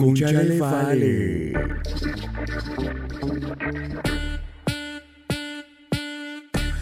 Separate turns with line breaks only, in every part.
Conchale vale.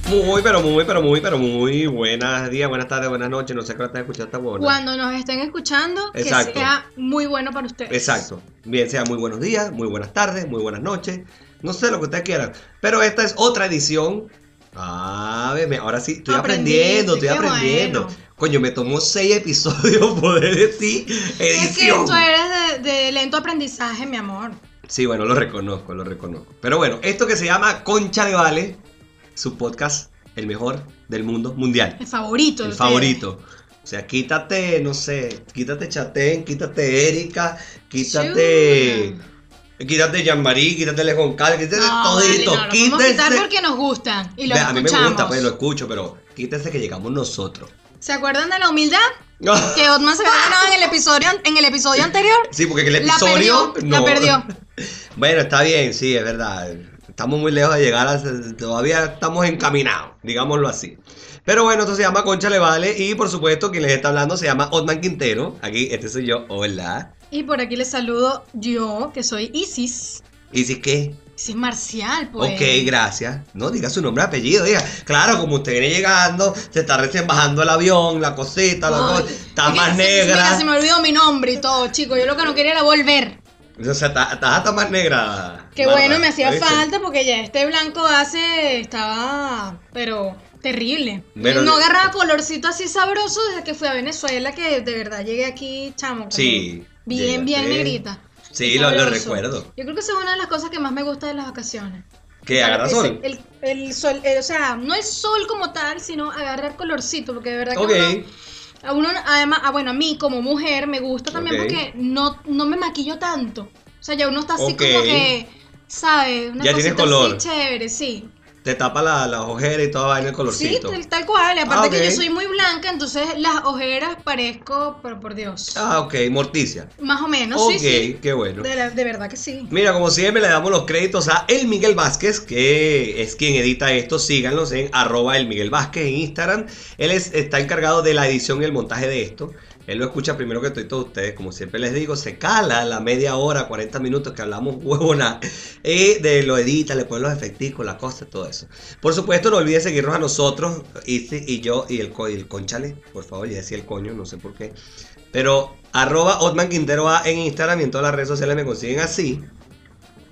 Muy, pero muy, pero muy, pero muy buenos días, buenas tardes, buenas noches. No sé qué hora estás escuchando esta buena.
Cuando nos estén escuchando,
Exacto.
que sea muy bueno para ustedes.
Exacto. Bien sea muy buenos días, muy buenas tardes, muy buenas noches. No sé lo que ustedes quieran. Pero esta es otra edición. Ah, bebé, ahora sí, estoy aprendiendo,
Aprendiste,
estoy
qué
aprendiendo.
bueno.
Coño, me tomó seis episodios poder decir
Es que
edición.
tú eres de, de lento aprendizaje, mi amor.
Sí, bueno, lo reconozco, lo reconozco. Pero bueno, esto que se llama Concha de Vale, su podcast, el mejor del mundo mundial.
El favorito. de
El
ustedes.
favorito. O sea, quítate, no sé, quítate Chatén, quítate Erika, quítate.
Chula.
Quítate Jean-Marie, quítate Lejón Cal, quítate
No, vale,
todito.
no, lo podemos quitar
quítese.
porque nos gustan y lo
Vea, a mí me
escuchamos.
gusta, pues lo escucho, pero quítese que llegamos nosotros.
¿Se acuerdan de la humildad? Que Otman se había ganado en el episodio, en el episodio anterior.
sí, porque el
La
episodio.
perdió, la
no.
perdió.
bueno, está bien, sí, es verdad. Estamos muy lejos de llegar, a- todavía estamos encaminados, digámoslo así. Pero bueno, esto se llama Concha Le Vale y por supuesto quien les está hablando se llama Otman Quintero. Aquí, este soy yo, hola.
Y por aquí les saludo yo, que soy Isis.
¿Y si qué?
Isis Marcial, pues.
Ok, gracias. No, diga su nombre, apellido, diga. Claro, como usted viene llegando, se está recién bajando el avión, la cosita, la
Ay,
cosa, está
es que
más
se- mira,
negra.
se me olvidó mi nombre y todo, chicos. Yo lo que no quería era volver.
O sea, está, está hasta más negra.
Que
Bárbara,
bueno, me hacía
¿oíste?
falta porque ya este blanco hace estaba, pero terrible.
Pero-
no agarraba colorcito así sabroso desde que fui a Venezuela, que de verdad llegué aquí, chamo. como
Sí,
Bien, bien
llegaste.
negrita.
Sí, lo, lo
Sabroso.
recuerdo.
Yo creo que esa es una de las cosas que más me gusta de las vacaciones.
Que agarra
Claro que
sol.
sí, El, el sol, eh, o sea, no el sol como tal, sino agarrar colorcito, porque de verdad que
Ok,
uno- a uno, además, ah, bueno, a mí como mujer me gusta también
Ok.
porque no, no me maquillo tanto. O sea, ya uno está así
Ok.
como que, ¿sabes? Una
Ya tiene
cosita
color.
así chévere, sí.
te tapa la, la ojera y toda vaina el
Sí,
colorcito.
tal, tal cual. Aparte
Ah,
que
ok.
yo soy muy blanca, entonces las ojeras parezco, pero por Dios.
Ah, ok, morticia.
Más o menos,
ok,
sí, sí.
qué bueno.
De, la- de verdad que sí.
Mira, como siempre le damos los créditos a El Miguel Vázquez, que es quien edita esto. Síganlos en arroba El Miguel Vázquez en Instagram. Él es- está encargado de la edición y el montaje de esto. Él lo escucha primero que estoy todos ustedes. Como siempre les digo, se cala la media hora, 40 minutos que hablamos huevona. Y de lo edita, le ponen los efecticos, las cosas, todo eso. Por supuesto, no olviden seguirnos a nosotros, Isi y yo, y el, co- y el conchale, por favor, ya decía el coño, no sé por qué. Pero arroba Otman Quintero A en Instagram y en todas las redes sociales me consiguen así.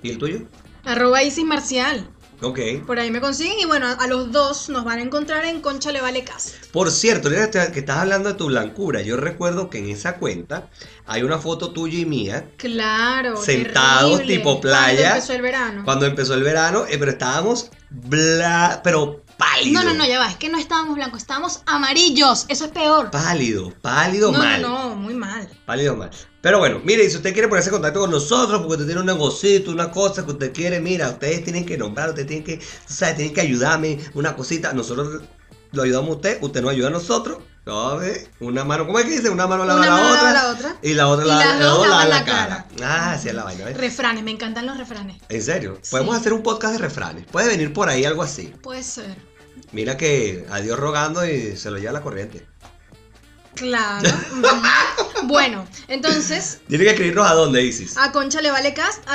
¿Y el tuyo?
Arroba Isis Marcial.
Ok.
Por ahí me consiguen y bueno, a- a los dos nos van a encontrar en Concha Le Vale Casa.
Por cierto, ahorita te- que estás hablando de tu blancura, yo recuerdo que en esa cuenta hay una foto tuya y mía
Claro.
Sentados,
terrible.
tipo
Cuando
playa.
empezó el verano.
cuando empezó el verano, eh, pero estábamos bla, pero pálido.
No, no, no, ya va, es que no estábamos blancos, estábamos amarillos, eso es peor.
Pálido, pálido
No,
mal.
no, no, muy mal.
Pálido mal. Pero bueno, mire, y si usted quiere ponerse en contacto con nosotros, porque usted tiene un negocito, una cosa que usted quiere, mira, ustedes tienen que nombrar, ustedes tienen que, ¿sabes? Tienen que ayudarme, una cosita. Nosotros lo ayudamos a usted, usted nos ayuda a nosotros. ¿Sabe? Una mano, ¿cómo es que dice? Una mano lava
Una
la
mano
otra.
lava la otra.
Y la otra
Y
lava
las
la,
dos
dos lavan
lavan
la
la
cara. Ah, sí, es la vaina. ¿ves?
Refranes, me encantan los refranes.
En serio,
Sí.
podemos hacer un podcast de refranes. Puede venir por ahí algo así.
Puede ser.
Mira que a Dios rogando y se lo lleva la corriente.
Claro. ujú. bueno, entonces,
Tiene que escribirnos a dónde, Isis.
a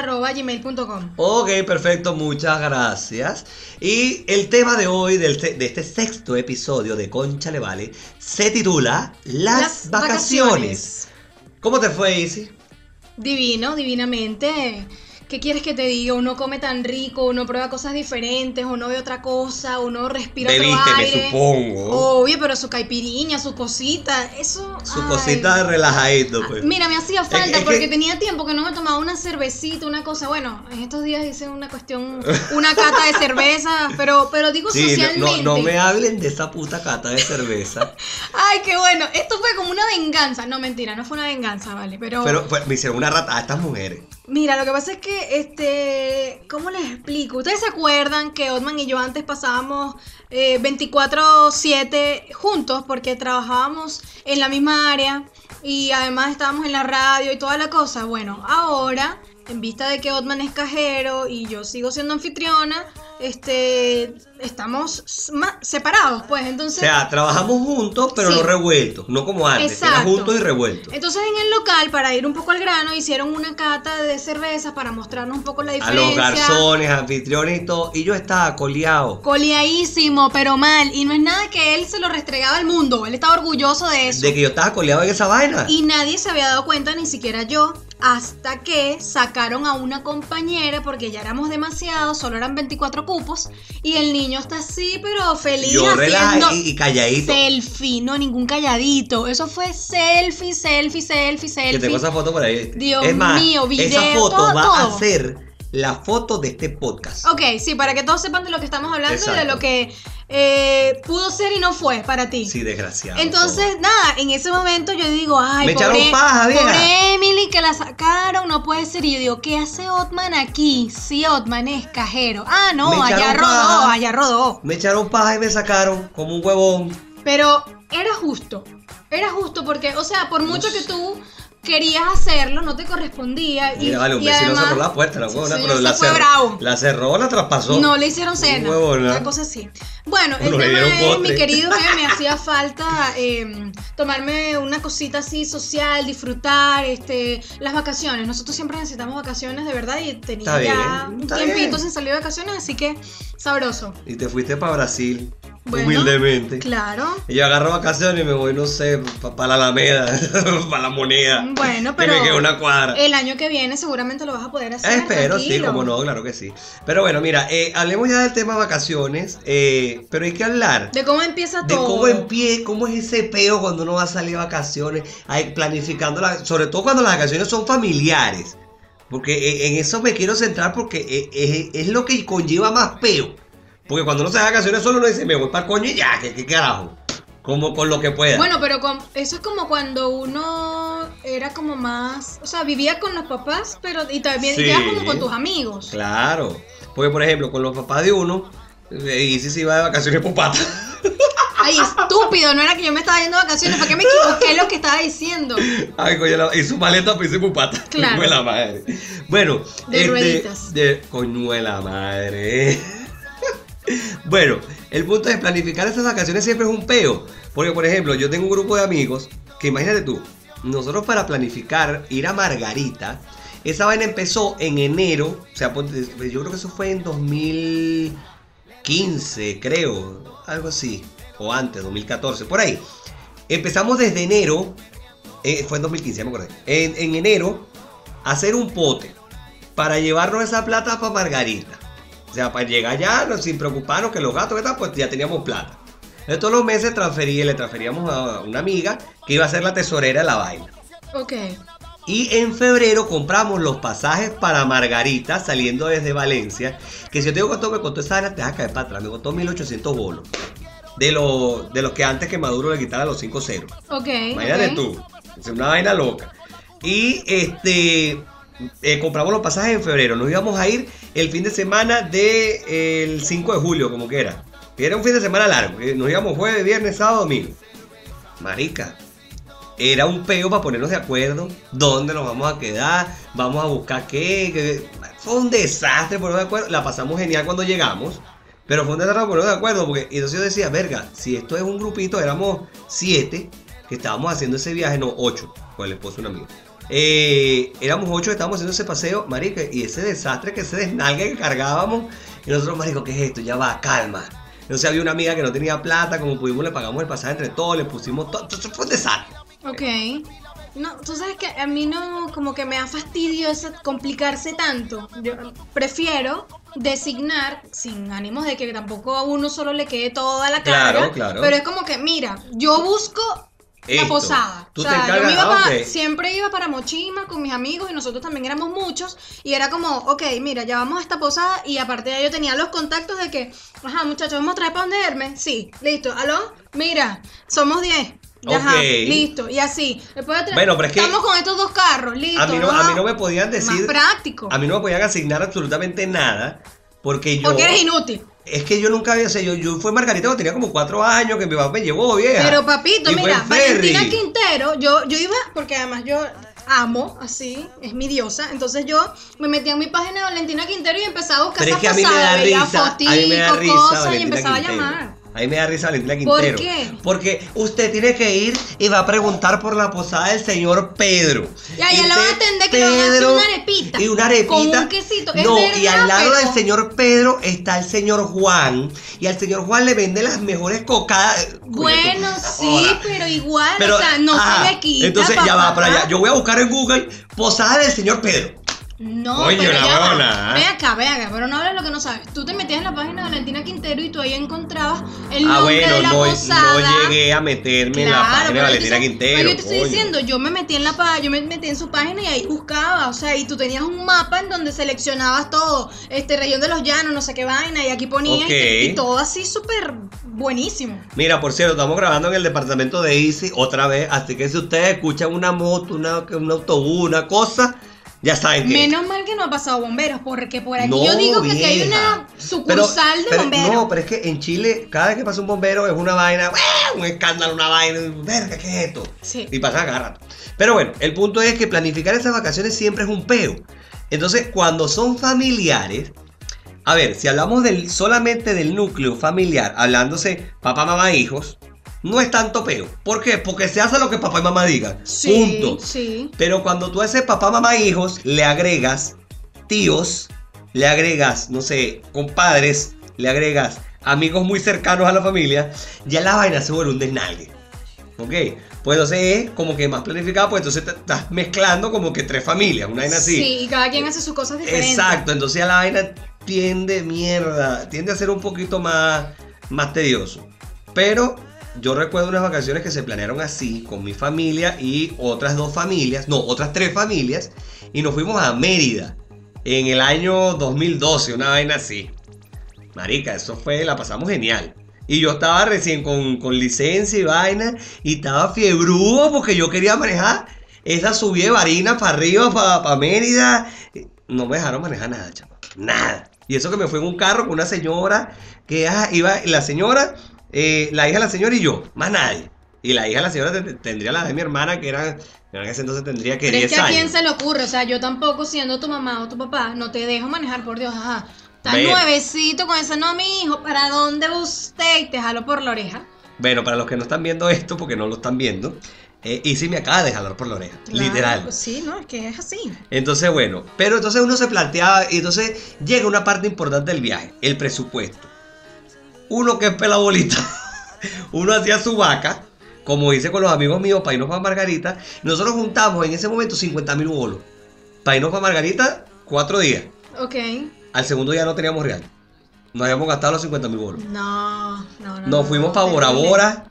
conchalevalecast.gmail.com
Ok, perfecto, muchas gracias. Y el tema de hoy, del se- de este sexto episodio de Concha Le Vale, se titula Las, vacaciones. ¿Cómo te fue, Izzy?
Divino, divinamente. ¿Qué quieres que te diga? Uno come tan rico, uno prueba cosas diferentes, uno ve otra cosa, uno respira
Bebiste,
otro
me
aire.
supongo.
Obvio, pero su caipiriña, su cosita, eso.
Su
ay.
cosita relajadito,
Ah,
pues.
Mira, me hacía
Es
falta
que- es
porque
que-
tenía tiempo que no me tomaba una cervecita, una cosa. Bueno, en estos días hice una cuestión, una cata de cerveza, pero, pero digo
Sí, no- no,
socialmente.
no me hablen de esa puta cata de cerveza.
Ay, qué bueno. Esto fue como una venganza. No, mentira, no fue una venganza, vale. Pero,
Pero pues, me hicieron una rata a estas mujeres.
mira, lo que pasa es que, este, ¿cómo les explico? Ustedes se acuerdan que Otman y yo antes pasábamos eh, 24/7 juntos porque trabajábamos en la misma área y además estábamos en la radio y toda la cosa. Bueno, ahora, en vista de que Otman es cajero y yo sigo siendo anfitriona, este, estamos ma- separados, pues.
O
Entonces,
sea, trabajamos juntos, pero
Sí.
no revueltos, no como antes, era
Exacto.
juntos y revueltos.
entonces en el local, para ir un poco al grano, hicieron una cata de cervezas para mostrarnos un poco la
A los
diferencia.
garzones, anfitriones y todo, y yo estaba coleado.
Coleadísimo, pero mal. Y no es nada que él se lo restregaba al mundo. Él estaba orgulloso de eso.
De que yo estaba coleado en esa vaina.
Y nadie se había dado cuenta, ni siquiera yo, hasta que sacaron a una compañera porque ya éramos demasiados, solo eran 24 cupos y el niño está así, pero feliz
yo
haciendo
relajado y, y calladito.
selfie, no ningún calladito. Eso fue selfie, selfie, selfie,
Que tengo
selfie.
esa foto por ahí.
Dios
es más,
mío, video,
esa foto
todo,
va
todo.
a ser la foto de este podcast.
Ok, sí, para que todos sepan de lo que estamos hablando y de
Exacto.
lo que eh, pudo ser y no fue para ti.
Sí, desgraciado.
Entonces, nada, en ese momento yo digo, ay,
Me echaron
pobre,
paja, vieja.
pobre Emily que la sacaron, no puede ser. Y yo digo, ¿qué hace Otman aquí? Si Otman es cajero. Ah, no,
Me
allá
echaron
rodó,
paja.
allá rodó.
Me echaron paja y me sacaron como un huevón.
Pero era justo, era justo porque, o sea, por mucho que tú querías hacerlo, no te correspondía. Y,
Mira, vale, un
y
vecino
además,
cerró la puerta, la
Sí,
huevona,
señor,
pero
se
la
fue
cerró.
bravo.
La cerró, la traspasó.
No le hicieron cena.
huevona.
Una cosa así. Bueno, el
Uno le
tema
dieron
es,
bote.
mi querido, que me hacía falta eh, tomarme una cosita así social, disfrutar, este, las vacaciones. Nosotros siempre necesitamos vacaciones, de verdad, y tenía
Está
ya
bien,
un
está
tiempito
bien.
sin salir de vacaciones, así que sabroso.
Y te fuiste para Brasil.
Bueno,
humildemente.
Claro.
Y yo agarro vacaciones y me voy, no sé, para la Alameda, para la moneda.
Bueno,
Ah, que me queda
pero
una cuadra.
el año que viene seguramente lo vas a poder hacer.
Espero, sí,
tranquilo.
como no, claro que sí. Pero bueno, mira, eh, hablemos ya del tema vacaciones, eh, pero hay que hablar
De cómo empieza
de
todo.
cómo empie, cómo es ese peo cuando uno va a salir de vacaciones, ahí planificando, la- sobre todo cuando las vacaciones son familiares. Porque eh, en eso me quiero centrar porque eh, eh, es lo que conlleva más peo. Porque cuando uno se da vacaciones solo uno dice, me voy para el coño y ya, que qué carajo. Como con lo que pueda.
Bueno, pero con- eso es como cuando uno era como más, o sea, vivía con los papás, pero y también
Sí.
vivías como con tus amigos.
Claro. Porque por ejemplo, con los papás de uno, eh, y si se iba de vacaciones por pata.
Ay, estúpido, no era que yo me estaba yendo de vacaciones, ¿para qué me equivoqué en lo que estaba diciendo?
Ay, coño, la- y su maleta pues, hice pupata.
Claro.
Coño de la madre. Bueno, este,
De rueditas.
De, coño de la madre. bueno, el punto es planificar estas vacaciones siempre es un peo. Porque, por ejemplo, yo tengo un grupo de amigos que imagínate tú, nosotros para planificar ir a Margarita, esa vaina empezó en enero. O sea, ponte- yo creo que eso fue en 2015, creo. Algo así. O antes, 2014, por ahí. Empezamos desde enero eh, fue en 2015, ya me acordé. En, en enero, hacer un pote para llevarnos esa plata para Margarita. O sea, para llegar allá no- sin preocuparnos que los gastos, que tal, pues ya teníamos plata. Entonces todos los meses transferí, le transferíamos a una amiga que iba a ser la tesorera de la vaina.
Ok.
Y en febrero compramos los pasajes para Margarita saliendo desde Valencia. Que si yo te digo cuánto me costó esa vaina, te vas a caer para atrás. Me costó 1800 bolos. De, lo- de los que antes que Maduro le quitara los 5 ceros.
Ok.
Imagínate
ok.
tú. Es una vaina loca. Y este. eh, compramos los pasajes en febrero. Nos íbamos a ir el fin de semana del 5 de julio, como que era. Era un fin de semana largo. eh, Nos íbamos jueves, viernes, sábado, domingo. Marica. Era un peo para ponernos de acuerdo. ¿Dónde nos vamos a quedar? ¿Vamos a buscar qué? qué- Fue un desastre ponernos de acuerdo. La pasamos genial cuando llegamos. Pero fue un desastre ponernos de acuerdo. Porque y entonces yo decía, verga, si esto es un grupito, éramos siete que estábamos haciendo ese viaje, no, ocho, con el esposo de un amigo. Eh, éramos ocho que estábamos haciendo ese paseo, marica, y ese desastre que se desnalga que cargábamos. Y nosotros, marico, ¿qué es esto? Ya va, calma. Entonces había una amiga que no tenía plata, como pudimos le pagamos el pasaje entre todos, le pusimos todo. Entonces fue un desastre.
Ok. No, tú sabes que a mí no, como que me da fastidio eso, complicarse tanto. Yo prefiero designar, sin ánimos de que tampoco a uno solo le quede toda la carga.
Claro, claro.
Pero es como que, mira, yo busco la
Esto.
posada.
Tú
o
te
sea, yo
encargas-
me iba
ah,
pa-
ok.
siempre iba para Mochima con mis amigos y nosotros también éramos muchos. Y era como, ok, mira, ya vamos a esta posada. Y aparte de ahí yo tenía los contactos de que, ajá, muchachos, vamos a traer para donde Hermes. Sí, listo. Aló, mira, somos 10. Ajá,
Ok.
listo. Y así. Después de tra-
Bueno, pero es que-
Estamos con estos dos carros, listo.
A mí, no,
ajá.
a mí no me podían decir.
Más práctico.
A mí no me podían asignar absolutamente nada. Porque yo.
Porque eres inútil.
Es que yo nunca había. O sea, yo, yo fui Margarita cuando tenía como cuatro años, que mi papá me llevó, vieja.
Pero papito,
Y fue
mira,
en ferry.
Valentina Quintero, yo, yo iba, porque además yo amo, así, es mi diosa. Entonces yo me metía en mi página de Valentina Quintero y empezaba a buscar
Pero es
esas
que a mí me
posadas,
da risa,
veía
a mí me da
fotico,
risa
cosas, y
Valentina
empezaba
Quintero.
a llamar.
A mí me da risa Valentina Quintero.
qué?
Porque usted tiene que ir y va a preguntar por la posada del señor Pedro.
Y allá
Y
la van a
usted,
atender que le van a hacer una arepita.
Y una arepita.
Con un quesito. Es
No, y
verdad,
al lado
pero-
del señor Pedro está el señor Juan. Y al señor Juan le vende las mejores cocadas.
Bueno, sí,
Ahora,
pero igual,
pero,
o sea, Ah, no
ajá,
se le quita.
Entonces ya
papá.
va para allá. Yo voy a buscar en Google posada del señor Pedro.
No,
Coño,
pero
la
ya va.
huevona, ¿eh?
Ve acá, ve acá, pero no hables lo que no sabes. Tú te metías en la página de Valentina Quintero y tú ahí encontrabas el
ah,
nombre
bueno,
de la
no,
posada.
no llegué a meterme en la página de
pero
Valentina
entonces-
Quintero.
pero yo te estoy
coño.
diciendo, yo me metí en la pa- yo me metí en su página y ahí buscaba, o sea, y tú tenías un mapa en donde seleccionabas todo, este región de los llanos, no sé qué vaina, y aquí ponías y te-
Ok.
y, todo así súper buenísimo.
Mira, por cierto, estamos grabando en el departamento de Easy otra vez, así que si ustedes escuchan una moto, una, un autobús, una cosa, ya saben que...
Menos mal que no ha pasado bomberos, porque por aquí
No,
yo digo que aquí hay
vieja.
una sucursal de
pero-
bomberos.
No, pero es que en Chile, cada vez que pasa un bombero es una vaina, ¡ah! un escándalo, una vaina, verga, ¿qué es esto?
Sí.
Y pasa cada rato. Pero bueno, el punto es que planificar esas vacaciones siempre es un peo. Entonces, cuando son familiares, a ver, si hablamos del, solamente del núcleo familiar, hablándose papá, mamá, hijos, no es tanto peo. ¿Por qué? Porque se hace lo que papá y mamá digan.
Sí,
Punto.
sí.
Pero cuando tú haces papá, mamá, hijos, le agregas tíos, le agregas, no sé, compadres, le agregas amigos muy cercanos a la familia, ya la vaina se vuelve un desnalgue. ¿Ok? Pues entonces es como que más planificado, pues entonces te estás mezclando como que tres familias, una vaina así.
Sí, y cada quien hace sus cosas diferentes.
Exacto, entonces ya la vaina tiende mierda, tiende a ser un poquito más, más tedioso. Pero yo recuerdo unas vacaciones que se planearon así, con mi familia y otras dos familias, no, otras tres familias, y nos fuimos a Mérida en el año 2012, una vaina así. Marica, eso fue, la pasamos genial. Y yo estaba recién con, con licencia y vaina, y estaba fiebrudo porque yo quería manejar esa subida de varina para arriba, para Mérida. No me dejaron manejar nada, chamo. Nada. Y eso que me fue en un carro con una señora que ah, iba, la señora, eh, la hija de la señora y yo, más nadie. Y la hija de la señora te- tendría la de mi hermana, que era, en ese entonces tendría que
Pero
10
es que a
años.
quién se le ocurre, o sea, yo tampoco siendo tu mamá o tu papá, no te dejo manejar, por Dios, ajá. Estás
Bueno.
nuevecito con ese no, mi hijo, ¿para dónde va usted? Y te jalo por la oreja.
Bueno, para los que no están viendo esto, porque no lo están viendo, eh, y sí me acaba de jalar por la oreja,
Claro, pues
literal.
Sí, no, es que es así.
Entonces, bueno, pero entonces uno se planteaba, y entonces llega una parte importante del viaje, el presupuesto. Uno que es pelabolita, uno hacía su vaca, como hice con los amigos míos, para irnos para Margarita, nosotros juntamos en ese momento 50 mil bolos. Para irnos para Margarita, cuatro días.
Ok.
Al segundo día no teníamos real. Nos habíamos gastado los 50 mil bolos.
No, no, no. no,
Nos fuimos
no,
para Bora
terrible.
Bora.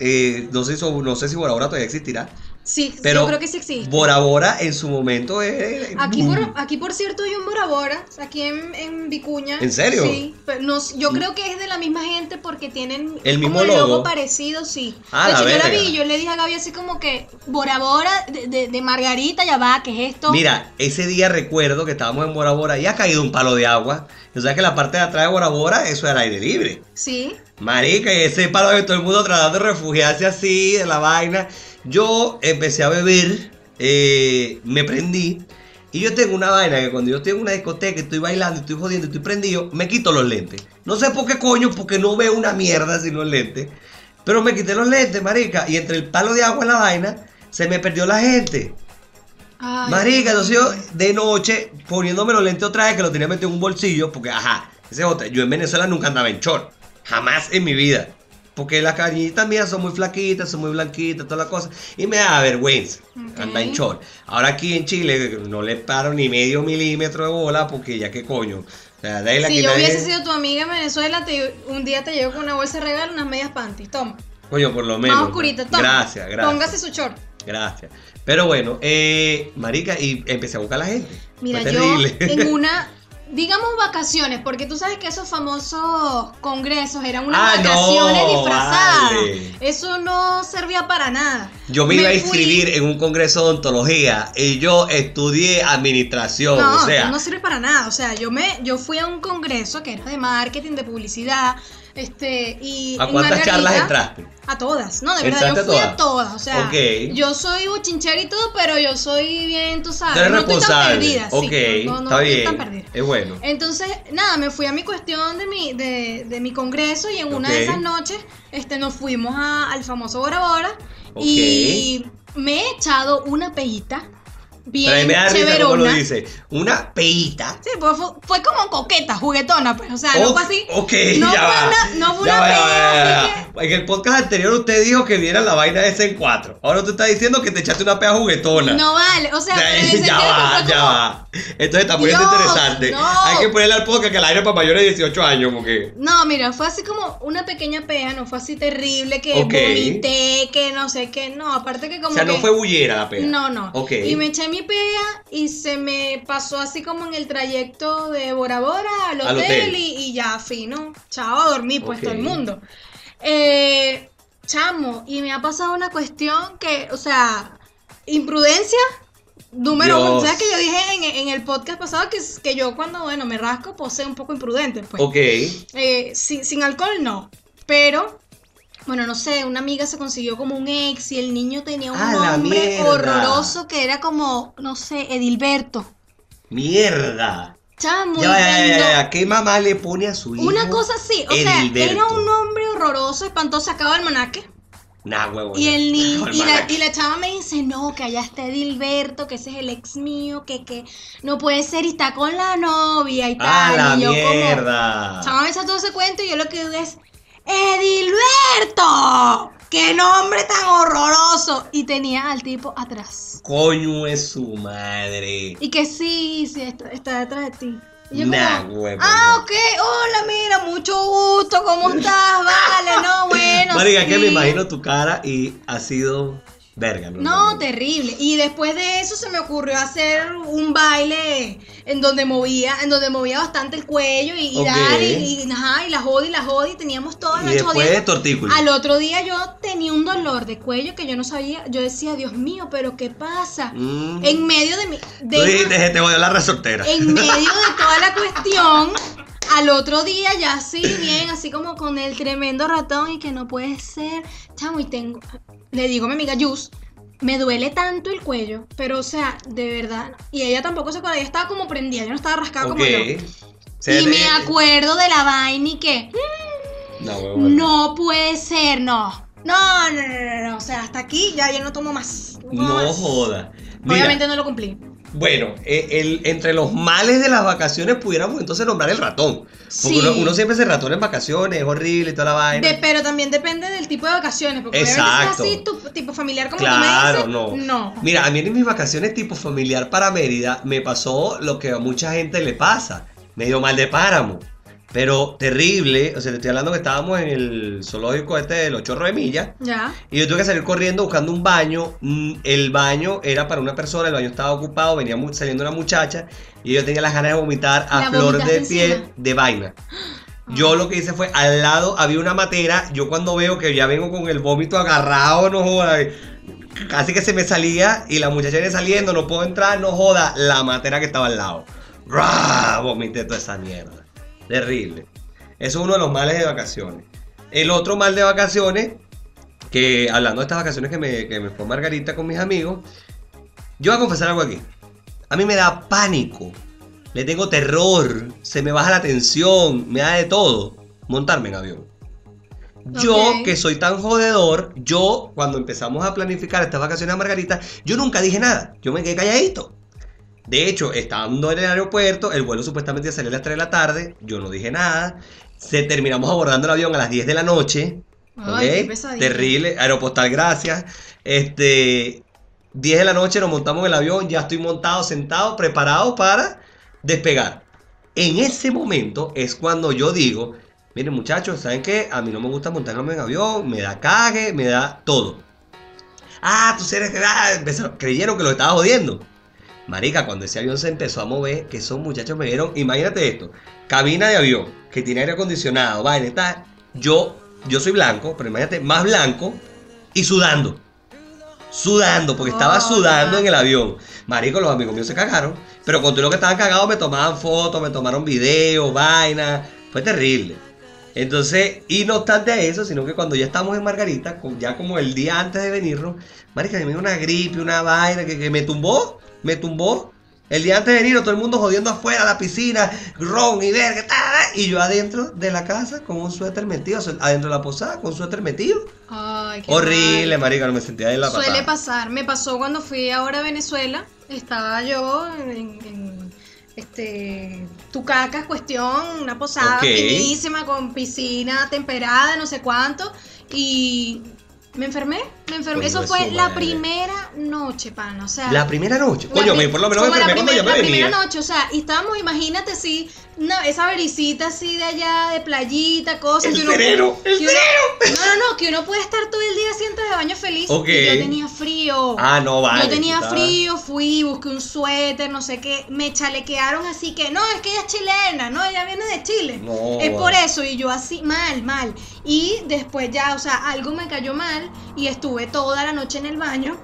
Eh, no, sé, si- no sé si Bora Bora todavía existirá.
Sí, sí,
Pero
yo creo que sí existe.
Bora Bora en su momento es.
Aquí
boom.
por, aquí por cierto hay un Bora Bora, aquí en, en Vicuña.
¿En serio? Mm.
Sí, pero no, yo creo que es de la misma gente porque tienen
El mismo
como el logo
logo.
parecido, sí.
Ah,
de
la
hecho, yo la
verga.
vi y yo le dije a Gaby así como que Bora Bora de, de- de Margarita, ya va, ¿qué es esto?
Mira, ese día recuerdo que estábamos en Bora Bora y ha caído un palo de agua. O sea que la parte de atrás de Bora Bora, eso era aire libre.
Sí.
Marica, y ese palo de todo el mundo tratando de refugiarse así, de la vaina. Yo empecé a beber, eh, me prendí. Y yo tengo una vaina que cuando yo estoy en una discoteca, estoy bailando, estoy jodiendo, estoy prendido, me quito los lentes. No sé por qué coño, porque no veo una mierda sin los lentes. Pero me quité los lentes, marica. Y entre el palo de agua y la vaina, se me perdió la gente.
Ay,
Marica, entonces
Dios mío.
yo de noche poniéndome los lentes otra vez que lo tenía metido en un bolsillo, porque ajá, ese es otra. Yo en Venezuela nunca andaba en short, jamás en mi vida. Porque las cariñitas mías son muy flaquitas, son muy blanquitas, toda la cosa. Y me da vergüenza
Ok.
andar en short. Ahora aquí en Chile no le paro ni medio milímetro de bola porque ya qué coño. O sea, de ahí la
Si
que
yo
nadie-
hubiese sido tu amiga en Venezuela, te- un día te llevo con una bolsa de regalo, unas medias panties, toma.
Coño, por lo menos.
Más
¿no?
oscurita, toma.
Gracias, gracias.
Póngase su short.
Gracias. Pero bueno, eh, marica, y empecé a buscar a la gente.
Mira,
Fue
yo
terrible.
en una, digamos vacaciones, porque tú sabes que esos famosos congresos eran unas
Ah, no,
vacaciones disfrazadas.
vale.
Eso no servía para nada.
Yo me, iba a
fui-
inscribir en un congreso de odontología y yo estudié administración,
No,
o sea,
no sirve para nada. O sea, yo me, yo fui a un congreso que era de marketing, de publicidad, Este, y
¿A
en
cuántas
Margarita-
charlas entraste?
A todas, no, de verdad,
¿Entraste
yo
a
fui a
todas?
todas. O sea,
Ok.
yo soy buchinchera y todo, pero yo soy bien, tú sabes.
Tú eres
no estoy tan
responsable.
perdida. sí,
ok,
no, no, no
está
estoy
bien.
tan perdida. Eh,
Es bueno.
Entonces, nada, me fui a mi cuestión de mi, de, de mi congreso y en una de
Ok.
esas noches este, nos fuimos a- al famoso Bora Bora
Ok.
y me he echado una peita bien
Pero ahí me da risa como lo
cheverona.
dice. Una peita.
Sí, pues fue, fue como coqueta, juguetona, pues, o sea, no
Ok,
fue así.
Ok,
no
ya
fue
va.
una- no fue
Ya
una
va, ya va,
peda,
ya va,
así
ya va. En el podcast anterior usted dijo que viera la vaina esa en cuatro. Ahora tú estás diciendo que te echaste una pea juguetona.
No vale, o sea,
Ya,
pero en el sentido
ya
que
va,
fue
ya
como-
va. Entonces está poniendo
Dios,
interesante.
no.
Hay que ponerle al podcast que al aire para mayores de 18 años, porque.
No, mira, fue así como una pequeña pea, no fue así terrible que
Ok.
vomité, que no sé qué, no, aparte que como
O sea, no
que-
fue bullera la pea.
No, no.
Ok.
Y me eché mi pea y se me pasó así como en el trayecto de Bora Bora al hotel,
Al hotel.
Y, y ya fino. Chao, a dormir, pues
Ok.
todo el mundo. Eh, chamo, y me ha pasado una cuestión que, o sea, imprudencia. Número uno,
Dios.
¿sabes que yo dije en, en el podcast pasado que, que yo cuando, bueno, me rasco, pues soy un poco imprudente, pues.
Ok.
Eh, sin, sin alcohol no, pero bueno, no sé, una amiga se consiguió como un ex y el niño tenía un
¡A Ah, la
nombre
mierda!
horroroso que era como, no sé, Edilberto.
Mierda.
Chamo,
ya, va, ya, ya,
horrendo.
ya, ya. ¿Qué mamá le pone a su hijo?
Una cosa así, o sea, era
Edilberto?
un nombre horroroso, espantoso, acaba el manaque.
Nah, huevo.
Y el ni- y la,
Almanaque.
y la chava me dice, no, que allá está Edilberto, que ese es el ex mío, que, que no puede ser, y está con la novia y
¡A
tal.
Ah, la
y yo como,
mierda!
Chama me hizo todo ese cuento y yo lo que digo es ¡Edilberto! ¡Qué nombre tan horroroso! Y tenía al tipo atrás.
Coño es su madre.
Y que sí, sí, está, está detrás de ti. Y yo
Nah, pues,
como,
huevo.
ah, ok, hola, mira, mucho gusto, ¿cómo estás? Vale, no, bueno.
Marica, que
sí".
me imagino tu cara y ha sido verga.
No, terrible. Y después de eso se me ocurrió hacer un baile en donde movía, en donde movía bastante el cuello y, y
Ok.
dar y, y, ajá, y la joda y la joda y teníamos toda la
Y después de tortículo.
Al otro día yo tenía un dolor de cuello que yo no sabía. Yo decía, Dios mío, pero ¿qué pasa?
Mm.
En medio de mi.
Tú
de
dijiste,
una-
"Se te voy a la resortera.
en medio de toda la cuestión. Al otro día ya así, bien, así como con el tremendo ratón y que no puede ser. Chamo, y tengo. Le digo a mi amiga Yus, me duele tanto el cuello, pero o sea, de verdad. Y ella tampoco se acuerda, ella estaba como prendida, yo no estaba rascada
Ok.
como yo.
Se
y
te- eh,
me acuerdo de la vaina y que.
No, huevo.
No puede ser, no. No, no, no, no, no. O sea, hasta aquí ya yo no tomo más. No, tomo
No
más.
joda. Mira,
Obviamente no lo cumplí.
Bueno, eh, el- entre los males de las vacaciones pudiéramos entonces nombrar el ratón. Porque
Sí.
uno, uno siempre se ratón en vacaciones, es horrible y toda la vaina.
De- pero también depende del tipo de vacaciones, porque
Exacto.
obviamente si es así, tu tipo familiar como
Claro,
tú
no.
me dices, no.
Mira, a mí en mis vacaciones tipo familiar para Mérida me pasó lo que a mucha gente le pasa, medio mal de páramo, pero terrible. O sea, te estoy hablando que estábamos en el zoológico este de los chorros de millas
Ya.
y yo tuve que salir corriendo buscando un baño. Mm, El baño era para una persona, el baño estaba ocupado, venía mu- saliendo una muchacha y yo tenía las ganas de vomitar a
La
flor de
vomitaste
piel
encima.
de vaina. Yo lo que hice fue, al lado había una matera, yo cuando veo que ya vengo con el vómito agarrado, no joda, casi que se me salía y la muchacha viene saliendo, no puedo entrar, no joda, la matera que estaba al lado. ¡Ra! Vomité toda esa mierda. Terrible. Eso es uno de los males de vacaciones. El otro mal de vacaciones, que hablando de estas vacaciones que me, que me fue Margarita con mis amigos, yo voy a confesar algo aquí. A mí me da pánico, le tengo terror, se me baja la tensión, me da de todo montarme en avión. Yo,
Ok.
que soy tan jodedor, yo cuando empezamos a planificar estas vacaciones a Margarita, yo nunca dije nada, yo me quedé calladito. De hecho, estando en el aeropuerto, el vuelo supuestamente salía a las 3 de la tarde, yo no dije nada. Se terminamos abordando el avión a las 10 de la noche.
Ay, qué
¿ok?
pesadilla.
Terrible, aeropostal, gracias. Este, 10 de la noche nos montamos en el avión, ya estoy montado, sentado, preparado para despegar. En ese momento es cuando yo digo, miren muchachos, ¿saben qué? A mí no me gusta montarme en avión, me da cague, me da todo. Ah, tú eres... ah, empezaron- creyeron que lo estaba jodiendo. Marica, cuando ese avión se empezó a mover, que esos muchachos me dieron, imagínate esto, cabina de avión, que tiene aire acondicionado, vaina y tal. Yo, yo soy blanco, pero imagínate, más blanco y sudando. Sudando, porque estaba
Oh,
sudando
ya.
en el avión. Marico, los amigos míos se cagaron. Pero con todo lo que estaban cagados, me tomaban fotos, me tomaron videos, vaina. Fue terrible. Entonces, y no obstante eso, sino que cuando ya estamos en Margarita, con- ya como el día antes de venirnos, marica, que me dio una gripe, una vaina, que, que me tumbó, me tumbó. El día antes de venirnos, todo el mundo jodiendo afuera, la piscina, ron y verga, ta, ta, y yo adentro de la casa con un suéter metido, su- adentro de la posada con un suéter metido.
Ay, qué
Horrible, marica, no me sentía de la
mal. Suele
patada.
pasar. Me pasó cuando fui ahora a Venezuela. Estaba yo en, en, este Tucacas, cuestión, una posada
Ok.
finísima con piscina temperada, no sé cuánto, y me enfermé, me enfermé.
Coño
Eso
de
fue
su
la
madre.
primera noche, pana, o sea,
La primera noche,
La
coño,
pri-
me- por lo menos me
como la
enfermé cuando
primer-
ya me
La primera
venía.
noche, o sea, y estábamos, imagínate si esa brisita así de allá, de playita, cosas.
El
que uno-
sereno, el
que uno- No, no, no, que uno puede estar todo el día haciendo de baño feliz.
Ok.
Y yo tenía frío.
Ah, no, vale.
Yo tenía
puta.
frío, fui, busqué un suéter, no sé qué, me chalequearon así que, no, es que ella es chilena, no, ella viene de Chile.
No,
es por
vale.
eso, y yo así, mal, mal. Y después ya, o sea, algo me cayó mal y estuve toda la noche en el baño.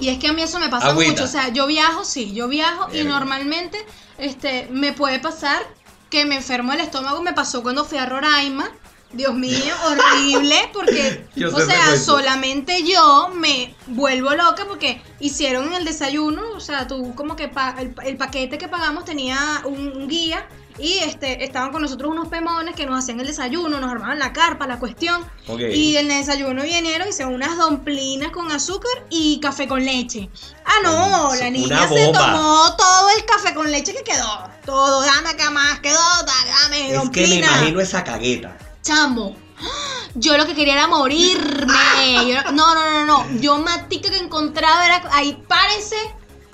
Y es que a mí eso me pasa
Agüita.
mucho, o sea, yo viajo, sí, yo viajo y
Verga.
normalmente este, me puede pasar que me enfermo el estómago, me pasó cuando fui a Roraima. Dios mío, horrible, porque,
Yo
o
sé de
sea,
cuento.
solamente yo me vuelvo loca porque hicieron el desayuno, o sea, tú como que pa- el, el paquete que pagamos tenía un, un guía y este estaban con nosotros unos pemones que nos hacían el desayuno, nos armaban la carpa, la cuestión.
Ok.
Y en el desayuno vinieron, hicieron unas domplinas con azúcar y café con leche. Ah, no,
Eso, una
la niña se
bomba.
tomó todo el café con leche que quedó. Todo, dame acá más, quedó, da- dame,
Es que me
domplina.
imagino esa cagueta.
Chamo, yo lo que quería era morirme. Yo- no, no, no, no. Yo matica que encontraba era ahí, párense.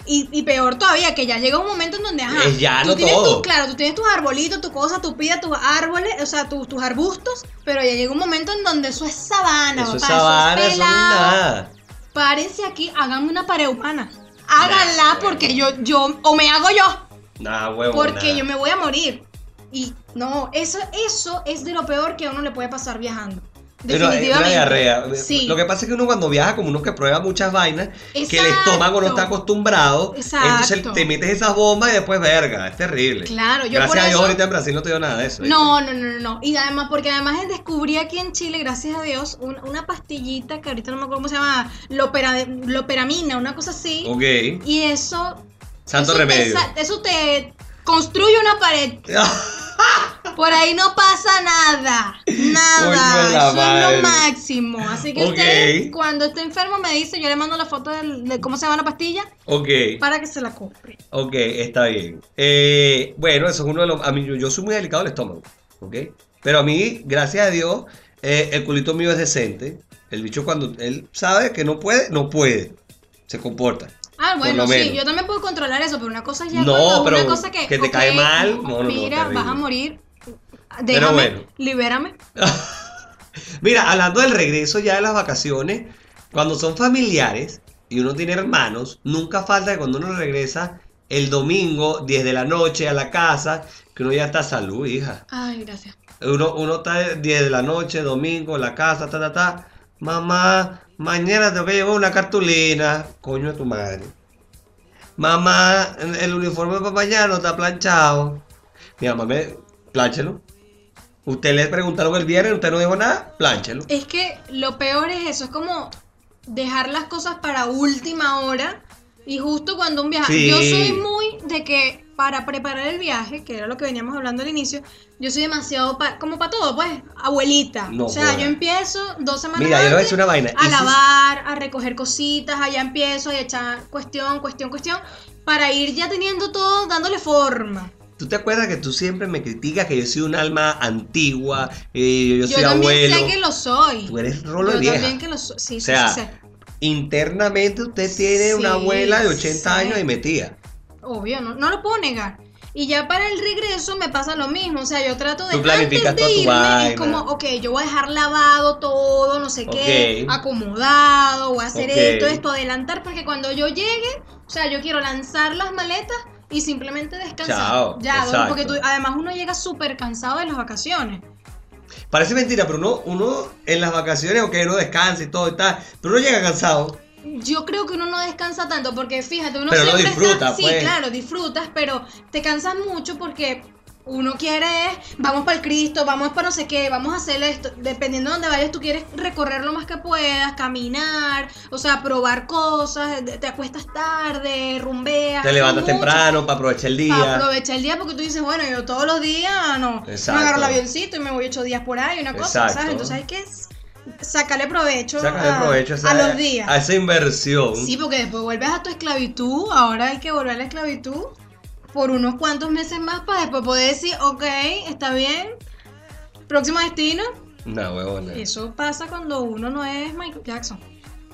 Y, y peor todavía, que ya llega un momento en donde, ajá,
Es ya
tú
no
tienes
todo.
tus- claro, tú tienes tus arbolitos, tu cosa, tu pida, tus árboles, o sea, tus- tus arbustos, pero ya llega un momento en donde eso es sabana,
eso es
papá,
sabana, eso no es
pelado.
nada.
Párense aquí, háganme una pared humana. Háganla
Nah,
porque yo,
bueno.
yo, o me hago yo,
Nah, huevo.
porque
nah.
yo me voy a morir. Y no, eso, eso es de lo peor que a uno le puede pasar viajando.
Pero es una
Definitivamente.
diarrea.
Sí.
Lo que pasa es que uno cuando viaja, como uno que prueba muchas vainas, que el
Exacto.
estómago no está acostumbrado,
Exacto.
entonces te metes esas bombas y después, verga, es terrible.
Claro, yo
Gracias
por
a Dios
eso-
ahorita en Brasil no te dio nada de eso. ¿viste?
No, no, no, no, no. Y además, porque además descubrí aquí en Chile, gracias a Dios, un- una pastillita que ahorita no me acuerdo cómo se llama, lopera- loperamina, una cosa así.
Ok.
Y eso.
Santo
eso te
remedio.
sa- eso te construye una pared. Por ahí no pasa nada. Nada.
Coño, la
Eso es
madre.
lo máximo. Así que
Ok.
ustedes, cuando esté enfermo, me dice, yo le mando la foto del- de cómo se llama la pastilla
ok.
para que se la compre.
Ok, está bien. Eh, bueno, eso es uno de los. A mí, yo, yo soy muy delicado del estómago, ¿ok? Pero a mí, gracias a Dios, eh, el culito mío es decente. El bicho, cuando él sabe que no puede, no puede. Se comporta.
Ah,
Por
bueno,
lo
sí,
menos.
yo también puedo controlar eso, pero una cosa es ya
No,
cuando
pero
una cosa que,
que te
ok,
cae mal, no, no, no,
mira,
terrible.
vas a morir. Déjame,
bueno.
libérame.
Mira, hablando del regreso ya de las vacaciones, cuando son familiares y uno tiene hermanos, nunca falta que cuando uno regresa el domingo, 10 de la noche a la casa, que uno ya está salud, hija.
Ay, gracias.
Uno, uno está 10 de la noche, domingo, en la casa, ta, ta, ta. Mamá, mañana tengo que llevar una cartulina. Coño de tu madre. Mamá, el- el uniforme para mañana no está planchado. Mi mamá me, plánchelo. Usted le preguntaron el viernes, usted no dijo nada, plánchelo.
Es que lo peor es eso, es como dejar las cosas para última hora y justo cuando un viaje.
Sí.
Yo soy muy de que para preparar el viaje, que era lo que veníamos hablando al inicio, yo soy demasiado pa- como para todo, pues, abuelita.
No
o sea,
joda.
yo empiezo dos semanas
Mira, yo le voy a
antes
decir una vaina.
a
Y si-
lavar, a recoger cositas, allá empiezo a echar cuestión, cuestión, cuestión, para ir ya teniendo todo, dándole forma.
¿Tú te acuerdas que tú siempre me criticas que yo soy un alma antigua, eh, yo
Yo
soy
también
abuelo?
sé que lo soy.
Tú eres rolo
yo
de vieja.
también que lo soy. Sí,
O
sí,
sea,
sí, sí.
Internamente usted tiene una
Sí,
abuela de 80
sí.
años y metía.
Obvio, no, no lo puedo negar. Y ya para el regreso me pasa lo mismo. O sea, yo trato de.
Tú planificas
antes
toda
de
tu
irme,
vaina.
Es como, ok, yo voy a dejar lavado todo, no sé qué,
Ok.
acomodado, voy a hacer
Ok.
esto, esto, adelantar, porque cuando yo llegue, o sea, yo quiero lanzar las maletas y simplemente descansar.
Chao,
Ya,
exacto.
porque tú- además uno llega súper cansado de las vacaciones.
Parece mentira, pero uno, uno en las vacaciones, ok, uno descansa y todo y tal, pero uno llega cansado.
Yo creo que uno no descansa tanto porque fíjate, uno
Pero no
siempre
disfruta,
está, sí,
pues.
claro, disfrutas, pero te cansas mucho porque Uno quiere es, vamos para el Cristo, vamos para no sé qué, vamos a hacer esto. Dependiendo de dónde vayas, tú quieres recorrer lo más que puedas, caminar, o sea, probar cosas, te acuestas tarde, rumbeas.
Te levantas
mucho.
temprano para aprovechar el
Para
día.
aprovechar el día porque tú dices, bueno, yo todos los días no,
Exacto.
no agarro el avioncito y me voy ocho días por ahí, una cosa,
Exacto.
¿sabes? Entonces hay que s- sacarle provecho,
Sácale
a,
provecho a, esa-
a los días.
a esa inversión.
Sí, porque después vuelves a tu esclavitud, ahora hay que volver a la esclavitud por unos cuantos meses más para después poder decir, ok, está bien, próximo destino.
No, huevona.
Eso pasa cuando uno no es Michael Jackson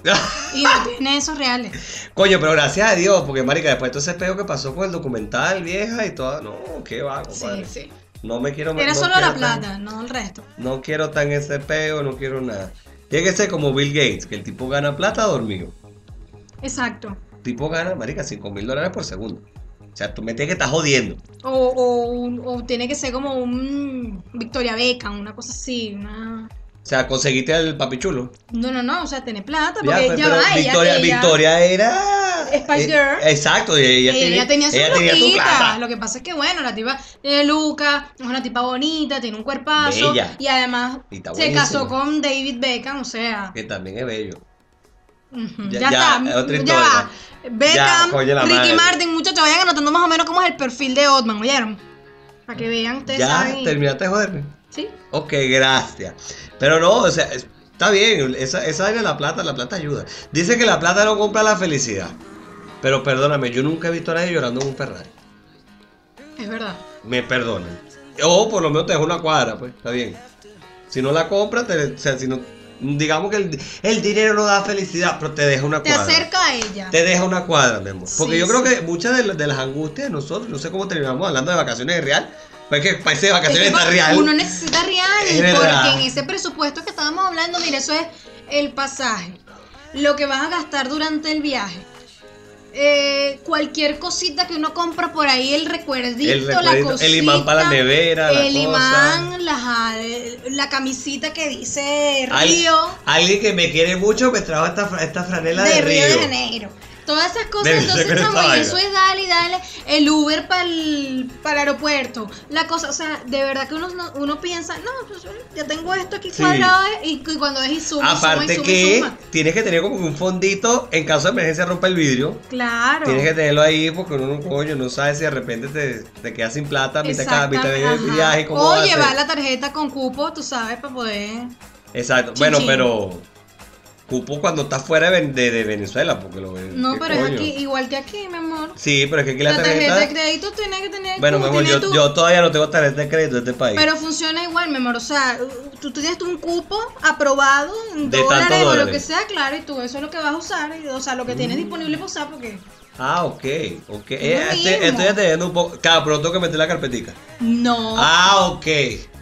y no tiene esos reales.
Coño, pero gracias a Dios, porque marica, después todo ese espejo que pasó con el documental, vieja y todo. No, qué va,
Sí,
compadre.
sí.
No me quiero
Era
no
solo
quiero
la
tan-
plata, no el resto.
no quiero tan ese peo, no quiero nada. Tiene que ser como Bill Gates, que el tipo gana plata dormido.
Exacto.
El tipo gana, marica, 5 mil dólares por segundo. O sea, tú me tienes que estar jodiendo.
O, o, un- o tiene que ser como un Victoria Beckham, una cosa así, una...
O sea, conseguiste al papichulo.
No, no, no, o sea, tener plata,
Ya,
porque
pe-
ya,
pero
va, ella-
Victoria,
ella,
Victoria era.
Spice
eh,
Girl.
Exacto, y ella,
ella,
tiene-
tenía su
ella tenía su
roquita.
plata.
Lo que pasa es que, bueno, la tipa eh, Luca es una tipa bonita, tiene un cuerpazo.
Bella.
Y además
Y está
se
buenísimo.
casó con David Beckham, o sea.
Que también es bello.
ujú,
Ya-
Ya,
ya,
está,
otra
ya
historia.
va. Beckham,
coño, la
Ricky
madre.
Martin, muchachos, vayan anotando más o menos cómo es el perfil de Otman, ¿oyeron? Para que vean, ustedes
ya
saben. y-
terminaste de joderme.
Sí,
Ok, gracias. Pero no, o sea, es- está bien. Esa, esa era la plata, la plata ayuda. Dice que la plata no compra la felicidad. Pero perdóname, yo nunca he visto a nadie llorando en un Ferrari.
es verdad.
Me perdonan. O por lo menos te dejo una cuadra, pues, está bien. Si no la compras, te- o sea, si no, digamos que el, el dinero no da felicidad, pero te deja una
Te
cuadra.
acerca a ella.
Te deja una cuadra, mi amor. Porque
Sí,
yo creo
sí.
que muchas de, la- de las angustias de nosotros, no sé cómo terminamos hablando de vacaciones de real, pero es que parece de
Es
vacaciones
que
de
pa-
real.
Este Uno necesita real,
Es verdad.
porque en ese presupuesto que estábamos hablando, mira, eso es el pasaje, lo que vas a gastar durante el viaje. eh, cualquier cosita que uno compra por ahí, el recuerdito,
El
la
recuerdito,
cosita,
el imán para la nevera, la
el
cosa.
imán, la, ja- la camisita que dice
Al-
Río,
alguien que me quiere mucho me trajo esta, fra- esta franela de,
de Río de Janeiro. Todas esas cosas,
Debe ser
entonces,
esa
chamo, y
vaina.
eso es dale y dale. El Uber para el, aeropuerto. La cosa, o sea, de verdad que uno, no- uno piensa, no, pues, ya tengo esto aquí
Sí.
cuadrado. eh, Y, y cuando es y suma, y suma, y
Aparte
suma, y
que
suma.
tienes que tener como que un fondito en caso de emergencia rompa el vidrio.
Claro.
Tienes que tenerlo ahí porque uno no coño, no sabe si de repente te, te quedas sin plata, mitad cada mitad de
Exactamente, ajá.
viaje, cómo
O
va a ser.
llevar la tarjeta con cupo, tú sabes, para poder.
Exacto.
Chin,
bueno,
chin.
pero cupo cuando estás fuera de, Ven- de- de Venezuela, porque lo
No,
¿qué
pero es
coño?
aquí, igual que aquí, mi amor.
Sí, pero es que aquí la
La tarjeta de
tarjeta.
crédito tiene que tener.
Bueno,
como
mejor
tiene
yo,
tu-
yo todavía no tengo tarjeta de crédito de este país.
Pero funciona igual, mi amor. O sea, tú tienes un cupo aprobado en
De tantos
dólares o lo
dólares. Mm.
que sea, claro, y tú eso es lo que vas a usar. y, o sea, lo que tienes disponible para usar, porque.
Ah, ok, ok.
lo
Eh, estoy,
mismo.
estoy atendiendo un poco. Claro, pero tengo que meter la carpetica.
No.
Ah, ok.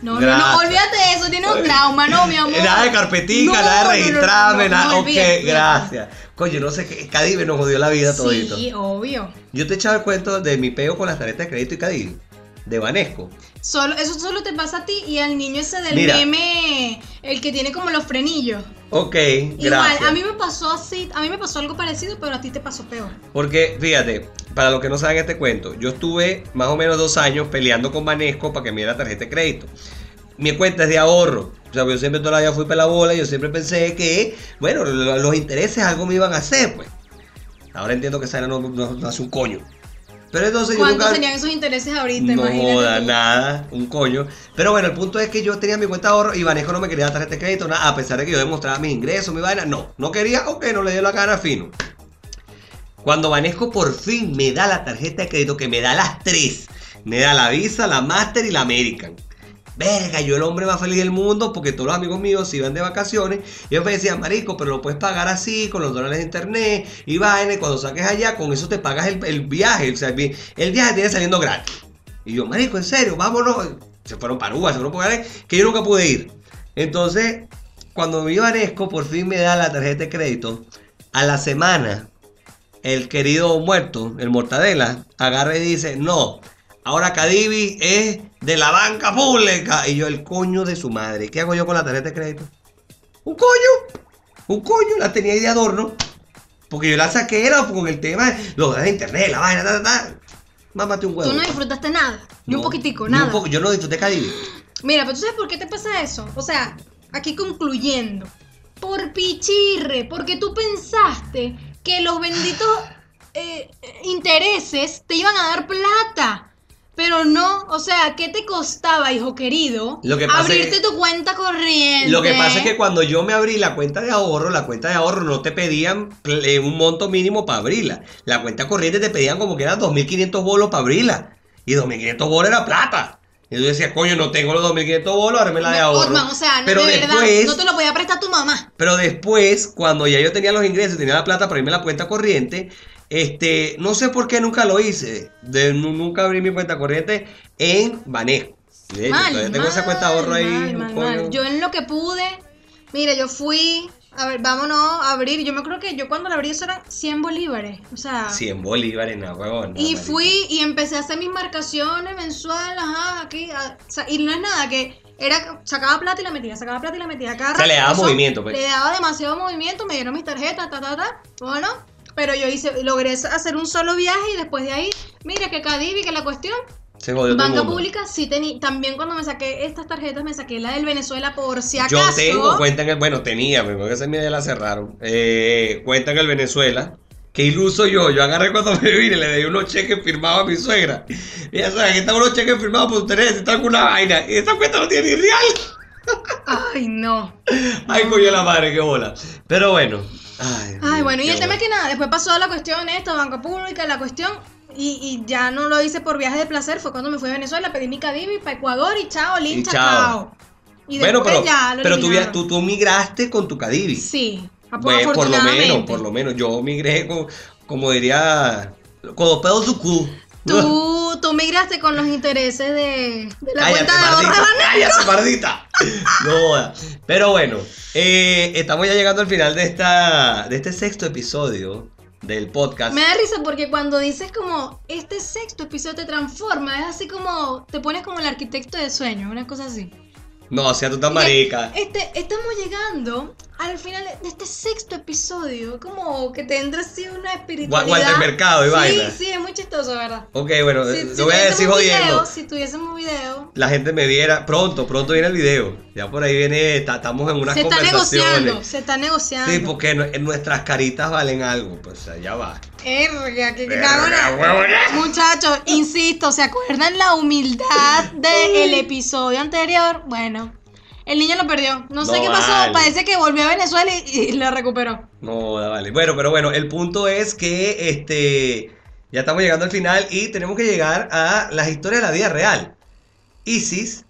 no, no,
Gracias.
no, olvídate de eso. Tiene un
Ay.
trauma, no, mi amor.
Nada de carpetica,
No,
nada
no, no,
de registrarme,
no, no,
nada.
no,
ok,
olvídate, olvídate.
gracias. Coño, no sé qué. Cadive nos jodió la vida todito.
Sí, obvio.
Yo te echaba el cuento de mi peo con las tarjetas de crédito y Cadive. De Vanesco.
Solo, eso solo te pasa a ti y al niño ese del
Mira.
meme, el que tiene como los frenillos.
Ok, gracias.
Igual, a mí me pasó así, a mí me pasó algo parecido, pero a ti te pasó peor.
Porque, fíjate, para los que no saben este cuento, yo estuve más o menos dos años peleando con Banesco para que me diera tarjeta de crédito. Mi cuenta es de ahorro. O sea, yo siempre toda la vida fui para la bola, yo siempre pensé que, bueno, lo- los intereses algo me iban a hacer, pues. Ahora entiendo que esa era no, no- no hace un coño. Pero entonces yo
¿Cuántos
nunca...
serían esos intereses
No
ahorita? Imagínate
joda,
tú.
nada, un coño. Pero bueno, el punto es que yo tenía mi cuenta de ahorro y Banesco no me quería dar tarjeta de crédito, nada, a pesar de que yo demostraba mis ingresos, mi vaina. No, no quería, ok, no le dio la gana fino. Cuando Banesco por fin me da la tarjeta de crédito, que me da las tres, me da la Visa, la Master y la American. Verga, yo el hombre más feliz del mundo porque todos los amigos míos se iban de vacaciones y ellos me decían, marico, pero lo puedes pagar así, con los dólares de internet y vaina, y cuando saques allá, con eso te pagas el, el viaje, o sea, el vi- el viaje tiene saliendo gratis. Y yo, marico, en serio, vámonos. Se fueron para Aruba, se fueron para lugares que yo nunca pude ir. Entonces, cuando me iba a Anesco, por fin me da la tarjeta de crédito. A la semana, el querido muerto, el Mortadela, agarra y dice, no, ahora Cadivi es de la banca pública. Y yo, el coño de su madre, ¿qué hago yo con la tarjeta de crédito? Un coño, un coño, la tenía ahí de adorno. Porque yo la saqué, era con el tema de los de internet, la vaina, ta, ta, ta. mámate un huevo.
Tú no disfrutaste nada, ni un
No,
poquitico,
ni
nada.
un poco, yo no disfruté Caribe.
Mira, pero tú sabes por qué te pasa eso. O sea, aquí concluyendo. Por pichirre, porque tú pensaste que los benditos eh, intereses te iban a dar plata. Pero no, o sea, ¿qué te costaba, hijo querido?
Lo que pasa
abrirte
es-
tu cuenta corriente.
Lo que pasa es que cuando yo me abrí la cuenta de ahorro, la cuenta de ahorro no te pedían eh, un monto mínimo para abrirla. La cuenta corriente te pedían como que eran 2.500 bolos para abrirla. Y 2.500 bolos era plata. Y yo decía, coño, no tengo los 2.500 bolos, ahora me la de
No,
ahorro.
Otman, o sea, no,
pero
de verdad,
después,
no te lo podía prestar tu mamá.
pero después, cuando ya yo tenía los ingresos, tenía la plata para irme a la cuenta corriente, este, no sé por qué nunca lo hice. De- nu- nunca abrí mi cuenta corriente en Banesco. De hecho,
Mal,
todavía tengo esa
mal,
cuenta de ahorro ahí.
mal, mal,
coño.
mal. Yo en lo que pude, mira, yo fui, a ver, vámonos a abrir. Yo me creo que yo cuando la abrí eso eran 100 bolívares. O sea,
100 bolívares, no, huevón. no,
y
marica.
fui y empecé a hacer mis marcaciones mensuales, ajá, aquí. a- o sea, y no es nada que era sacaba plata y la metía, sacaba plata y la metía. Cada
O sea, le daba
rato eso,
movimiento, pues.
Le daba demasiado movimiento, me dieron mis tarjetas, ta, ta, ta. Bueno, pero yo hice, logré hacer un solo viaje y después de ahí, mira que Cadivi, que la cuestión,
Se jodió todo el
Banca
mundo.
pública sí tenía. También cuando me saqué estas tarjetas, me saqué la del Venezuela por si
Yo
acaso.
tengo pues. cuenta en el. Bueno, tenía, porque esa mía ya la cerraron. Eh, cuenta en el Venezuela. Qué iluso yo. Yo agarré cuando me vine y le di unos cheques firmados a mi suegra. Y ya saben, aquí están unos cheques firmados por ustedes, está alguna vaina. Y esa cuenta no tiene ni real.
Ay, no.
Ay, coño la madre, qué bola. Pero bueno. Ay,
Ay, bueno, y
qué
el tema
bola.
es que nada, después pasó la cuestión esta, banca pública, la cuestión. Y, y ya no lo hice por viaje de placer, fue cuando me fui a Venezuela, pedí mi Cadivi para Ecuador y chao, lincha,
chao.
chao. Y
Bueno,
después
pero,
ya lo
pero tú, via-
eliminaron.
tú, tú migraste con tu Cadivi.
Sí, ap-
Bueno, por lo menos,
afortunadamente.
por lo menos. Yo migré con, como diría, con los pedos su cu.
Tú, tú migraste con los intereses de, de la
Cállate,
cuenta de ahorro de
mardita,
Banesco.
cállate, mardita. No joda. Pero bueno, eh, estamos ya llegando al final de esta de este sexto episodio del podcast.
Me da risa porque cuando dices como este sexto episodio te transforma, es así como te pones como el arquitecto de sueños, una cosa así.
No, o sea, tú tan marica.
Este, estamos llegando al final de este sexto episodio, como que te entra así una espiritualidad.
Walter Mercado y
sí,
vaina.
Sí, es muy chistoso, ¿verdad?
Ok, bueno,
Si-
eh,
si
lo voy a decir
tuviésemos
jodiendo.
video, si tuviésemos video,
La gente me viera. Pronto, pronto viene el video. Ya por ahí viene, ta- estamos en unas
se está
conversaciones.
negociando, se está negociando.
Sí, porque nu- nuestras caritas valen algo. Pues allá va.
Erga, qué
Verga,
cagona.
huevona.
Muchachos, insisto, ¿se acuerdan la humildad del episodio anterior? Bueno, el niño lo perdió. No sé
No
qué pasó,
vale.
parece que volvió a Venezuela y, y lo recuperó.
No, da vale. Bueno, pero bueno, el punto es que este ya estamos llegando al final y tenemos que llegar a las historias de la vida real. Isis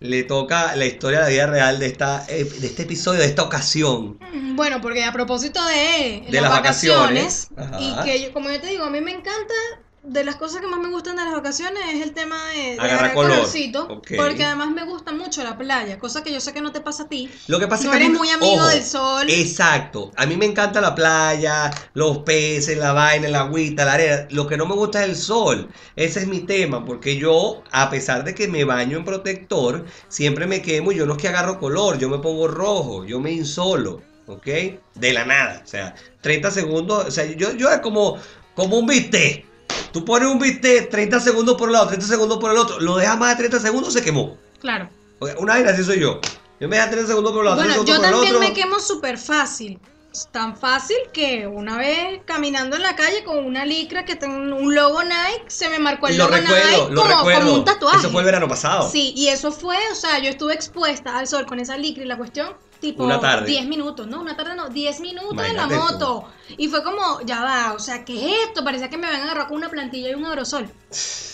le toca la historia de la vida real de esta eh, de este episodio, de esta ocasión.
Mm, Bueno, porque a propósito de,
De las vacaciones,
y
ajá.
que yo, como yo te digo, a mí me encanta, de las cosas que más me gustan de las vacaciones es el tema de, de
Agarrar color,
colorcito,
ok.
porque además me gusta mucho la playa, cosa que yo sé que no te pasa a ti.
Lo que pasa
No
es que a mí-
eres muy amigo
ojo, Eh.
del sol.
Exacto. A mí me encanta la playa, los peces, la vaina, la agüita, la arena. Lo que no me gusta es el sol. Ese es mi tema, porque yo, a pesar de que me baño en protector, siempre me quemo y yo no es que agarro color, yo me pongo rojo, yo me insolo, ¿ok? De la nada. O sea, 30 segundos, o sea, yo, yo es como, como un bistec. Tú pones un bistec 30 segundos por un lado, 30 segundos por el otro, lo dejas más de 30 segundos, se quemó.
Claro.
O sea, Una vaina así soy yo. Yo me dejo 30 segundos por un lado,
Bueno,
30
yo
segundos por el
también
otro.
me quemo súper fácil. Es Tan fácil que una vez caminando en la calle con una licra que tengo un logo Nike, se me marcó el
lo
logo
recuerdo,
Nike
lo
como,
recuerdo.
como un tatuaje.
Eso fue el verano pasado.
Sí, y eso fue, o sea, yo estuve expuesta al sol con esa licra y la cuestión, tipo,
Una tarde.
10 minutos, no, una tarde no, 10 minutos en la
Imagínate tú.
moto. Y fue como, ya va, o sea, ¿qué es esto? Parecía que me habían agarrado con una plantilla y un aerosol.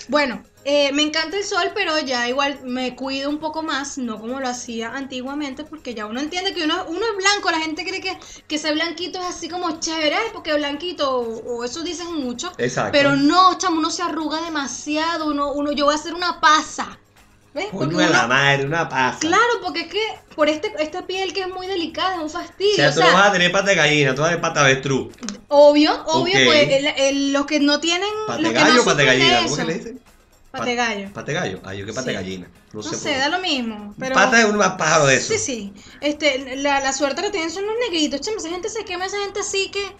Bueno, eh, me encanta el sol, pero ya igual me cuido un poco más, no como lo hacía antiguamente, porque ya uno entiende que uno, uno es blanco, la gente cree que, que ser blanquito es así como chévere, ay, porque blanquito, o, o eso dicen mucho.
Exacto.
Pero no, chamo, uno se arruga demasiado, uno, uno, yo voy a hacer una pasa. ¿Ves?
Coño
Porque
de la
uno-
madre, una pasa.
claro, porque es que por este, esta piel que es muy delicada, es un fastidio.
O sea,
o
tú
sea,
no vas a tener pata de gallina, tú vas a tener pata de avestruz.
Obvio, obvio,
Ok.
pues el- el- los que no tienen.
¿Pata
los
de
que no
gallo o pata de
sufren
gallina?
eso.
¿Cómo que le dicen?
Pate gallo.
¿Pata de gallo? Ah, yo que pata de
Sí.
gallina. No,
No
sé.
sé,
por
da
qué.
lo mismo. Pero...
Pata de un más pájaro de eso.
Sí, sí. Este, la, la suerte que tienen son los negritos. Chamo, esa gente se quema, esa gente así que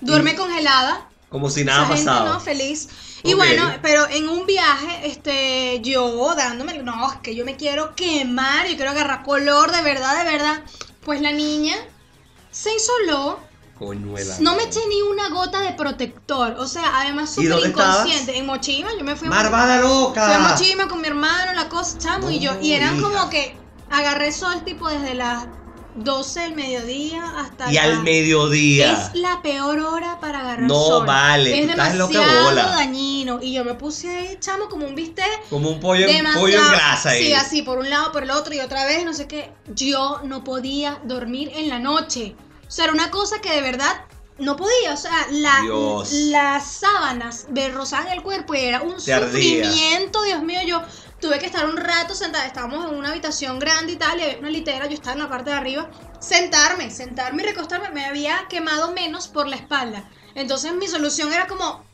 duerme
Mm.
congelada.
Como si nada
esa gente
pasado.
no, feliz. Y
Ok.
bueno, pero en un viaje, este, yo dándome, no, es que yo me quiero quemar, yo quiero agarrar color, de verdad, de verdad. Pues la niña se insoló,
Coñuela.
no me eché ni una gota de protector. O sea, además
¿Y
súper
dónde estabas?
inconsciente. En Mochima, yo me fui a
¡Marvada
fui a
loca!
Mochima con mi hermano, la cosa, chamo, y yo.
No,
Y eran
hija.
como que agarré sol tipo desde las 12 del mediodía hasta
Y al
las-
mediodía.
es la peor hora para agarrar
No
sol.
vale,
es
tú estás
demasiado
loca bola.
dañino. Y yo me puse ahí, chamo, como un bistec.
Como un pollo, en-
demasiado.
pollo en grasa. ahí.
Sí, así, por un lado, por el otro y otra vez, no sé qué. Yo no podía dormir en la noche. O sea, era una cosa que de verdad no podía. O sea, la-
Dios.
las sábanas me rozaban el cuerpo y era un
Te ardía.
sufrimiento, Dios mío. Yo tuve que estar un rato sentada. Estábamos en una habitación grande y tal, y había una litera, yo estaba en la parte de arriba. Sentarme, sentarme y recostarme. Me había quemado menos por la espalda. Entonces mi solución era como...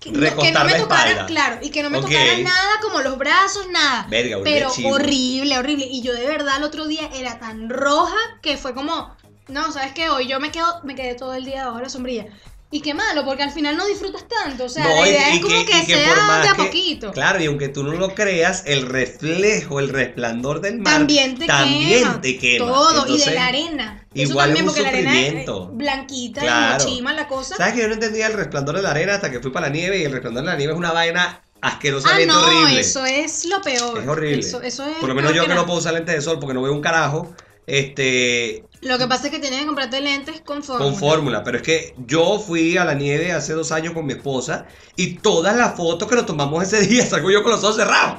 Que, no- que no
Recostar
me
la
tocara,
espalda.
claro, y que no me
Ok.
tocara nada como los brazos, nada.
Verga, horrible,
Pero
chivo.
horrible, horrible. Y yo de verdad el otro día era tan roja que fue como, no, ¿sabes qué? Hoy yo me quedo, me quedé todo el día debajo de la sombrilla. Y qué malo, porque al final no disfrutas tanto. O sea,
No,
la
y-
idea
y
es como que,
y
sea
por más
de a
que-
poquito.
Claro, y aunque tú no lo creas, el reflejo, el resplandor del mar
también te
también
quema.
te quema.
Todo, y
Entonces,
de la arena.
igual
Eso también,
es un
porque la arena es
sufrimiento.
blanquita,
Claro.
y mochima, la cosa.
¿Sabes que yo no entendía el resplandor de la arena hasta que fui para la nieve? Y el resplandor de la nieve es una vaina
Ah,
asquerosamente
no,
horrible.
eso es lo peor.
Es horrible.
Eso, eso es
Por lo menos
peor
yo que
nada.
no puedo usar lentes de sol porque no veo un carajo. Este,
Lo que pasa es que tienes que comprarte lentes con fórmula.
con fórmula, pero es que yo fui a la nieve hace dos años con mi esposa y todas las fotos que nos tomamos ese día salgo yo con los ojos cerrados.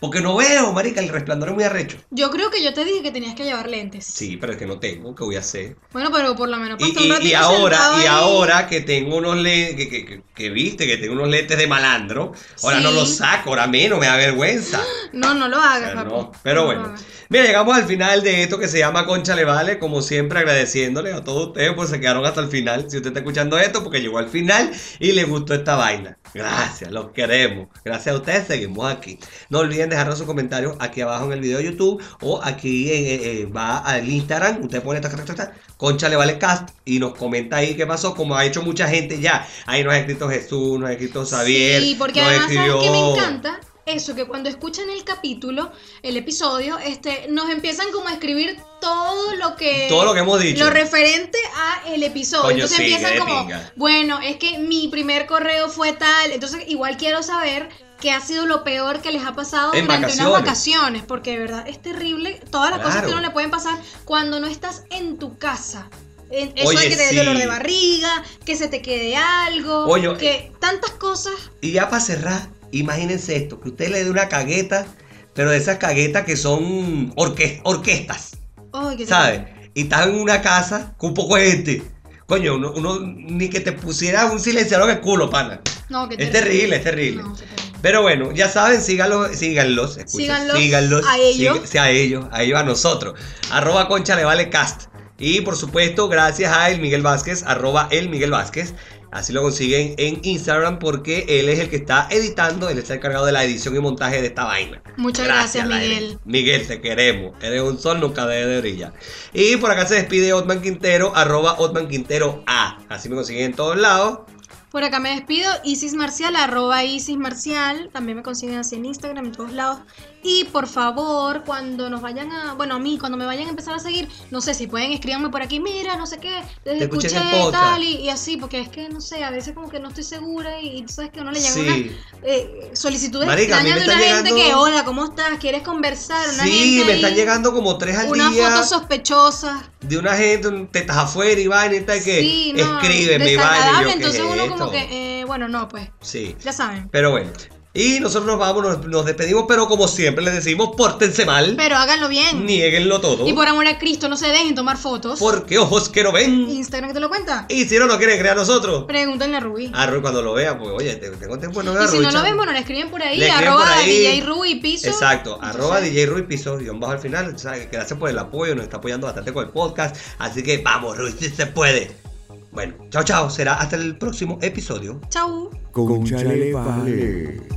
Porque no veo, marica, el resplandor es muy arrecho.
Yo creo que yo te dije que tenías que llevar lentes.
Sí, pero es que no tengo, ¿qué voy a hacer?
Bueno, pero por lo menos
Y,
pasó un
y- y
ratito
ahora,
sentado
y
ahí.
ahora que tengo unos lentes, que, que- que- que viste, que tengo unos lentes de malandro, ahora no
Sí.
los saco, ahora menos, me da vergüenza.
No, no lo
O
hagas,
sea,
papi.
no. Pero
No lo
bueno,
hagas.
mira, llegamos al final de esto que se llama Concha Le Vale. Como siempre, agradeciéndole a todos ustedes por se quedaron hasta el final. Si usted está escuchando esto, porque llegó al final y le gustó esta vaina. Gracias, los queremos. Gracias a ustedes, seguimos aquí. No olviden dejarnos sus comentarios aquí abajo en el video de YouTube o aquí eh, eh, eh, va al Instagram. Usted pone esta, esta, esta, esta, Concha Le Vale Cast y nos comenta ahí qué pasó, como ha hecho mucha gente ya. Ahí nos ha escrito Jesús, nos ha escrito Xavier.
Sí, porque
nos
además, ¿sabes qué me
escribió-
encanta? Eso, que cuando escuchan el capítulo, el episodio, este, nos empiezan como a escribir todo lo que...
Todo lo que hemos dicho.
Lo referente a el episodio.
Coño,
Entonces
sí,
empiezan
de
como,
pinga.
bueno, es que mi primer correo fue tal. Entonces, igual quiero saber qué ha sido lo peor que les ha pasado
En
durante unas
vacaciones.
vacaciones. Porque de verdad es terrible todas las cosas que
Claro.
no le pueden pasar cuando no estás en tu casa. En- Eso
Oye,
de que te dé
sí.
dolor de barriga, que se te quede algo,
Oye, eh,
que tantas cosas
Y ya para cerrar, imagínense esto, que usted le dé una cagueta, pero de esas caguetas que son orque- orquestas,
Ay, qué
¿sabes? Y estás en una casa con poco de gente. Coño, uno, uno ni que te pusiera un silenciador en el culo, pana.
terrible. No, qué
Es terrible, es terrible.
No, qué terrible.
Pero bueno, ya saben, síganlos, síganlos, escucha,
Síganlos a ellos.
sí, sí, a ellos, a ellos, a nosotros. Arroba concha le vale cast. Y por supuesto, gracias a el Miguel Vázquez, arroba el Miguel Vázquez. Así lo consiguen en Instagram porque él es el que está editando, él está encargado de la edición y montaje de esta vaina.
Muchas gracias,
Laire.
Miguel.
Miguel, te queremos. Eres un sol, nunca debe de brillar. Y por acá se despide Otman Quintero, arroba Otman Quintero A. Así me consiguen en todos lados.
Por acá me despido, Isis Marcial, arroba Isis Marcial. También me consiguen así en Instagram, en todos lados. Y por favor, cuando nos vayan a. Bueno, a mí, cuando me vayan a empezar a seguir, no sé si pueden escribirme por aquí, mira, no sé qué, les
Te escuché
escuché
en
y
el podcast.
tal, y, y así, porque es que no sé, a veces como que no estoy segura y, y tú sabes que a uno le llega una. eh, solicitudes
Marica, a mí
extrañas
me
de una
están
gente que,
llegando-
hola, ¿cómo estás? ¿Quieres conversar? Una
Sí,
gente
me
ahí,
están llegando como tres al
Una
día.
foto sospechosa.
de una gente, un- tetas afuera y vaina y tal, que
Sí, no,
escríbeme y vaina. y
desagradable,
yo, ¿qué
entonces
es
uno
esto?
como que, eh, bueno, no, pues,
Sí,
ya saben.
pero bueno. Y nosotros nos vamos, nos, nos despedimos, pero como siempre les decimos, pórtense mal,
Pero háganlo bien.
nieguenlo todo,
Y por amor a Cristo, no se dejen tomar fotos.
porque ojos que no ven,
Instagram que te lo cuenta.
y si no nos quieren creer a nosotros,
Pregúntenle a Rubí.
a Rui cuando lo vea, pues oye, te- tengo tiempo de no ver
y
a
si
Rui,
no lo
chamo.
ven, bueno, le escriben por ahí,
Le escriben
arroba
por ahí.
DJ Rubí Piso.
Exacto,
Entonces,
arroba DJ Rui Piso, guión bajo al final, o sea, gracias por el apoyo, nos está apoyando bastante con el podcast, así que vamos Rui, si se puede. Bueno, chao chao, será hasta el próximo episodio.
Chau.
Concha le vale.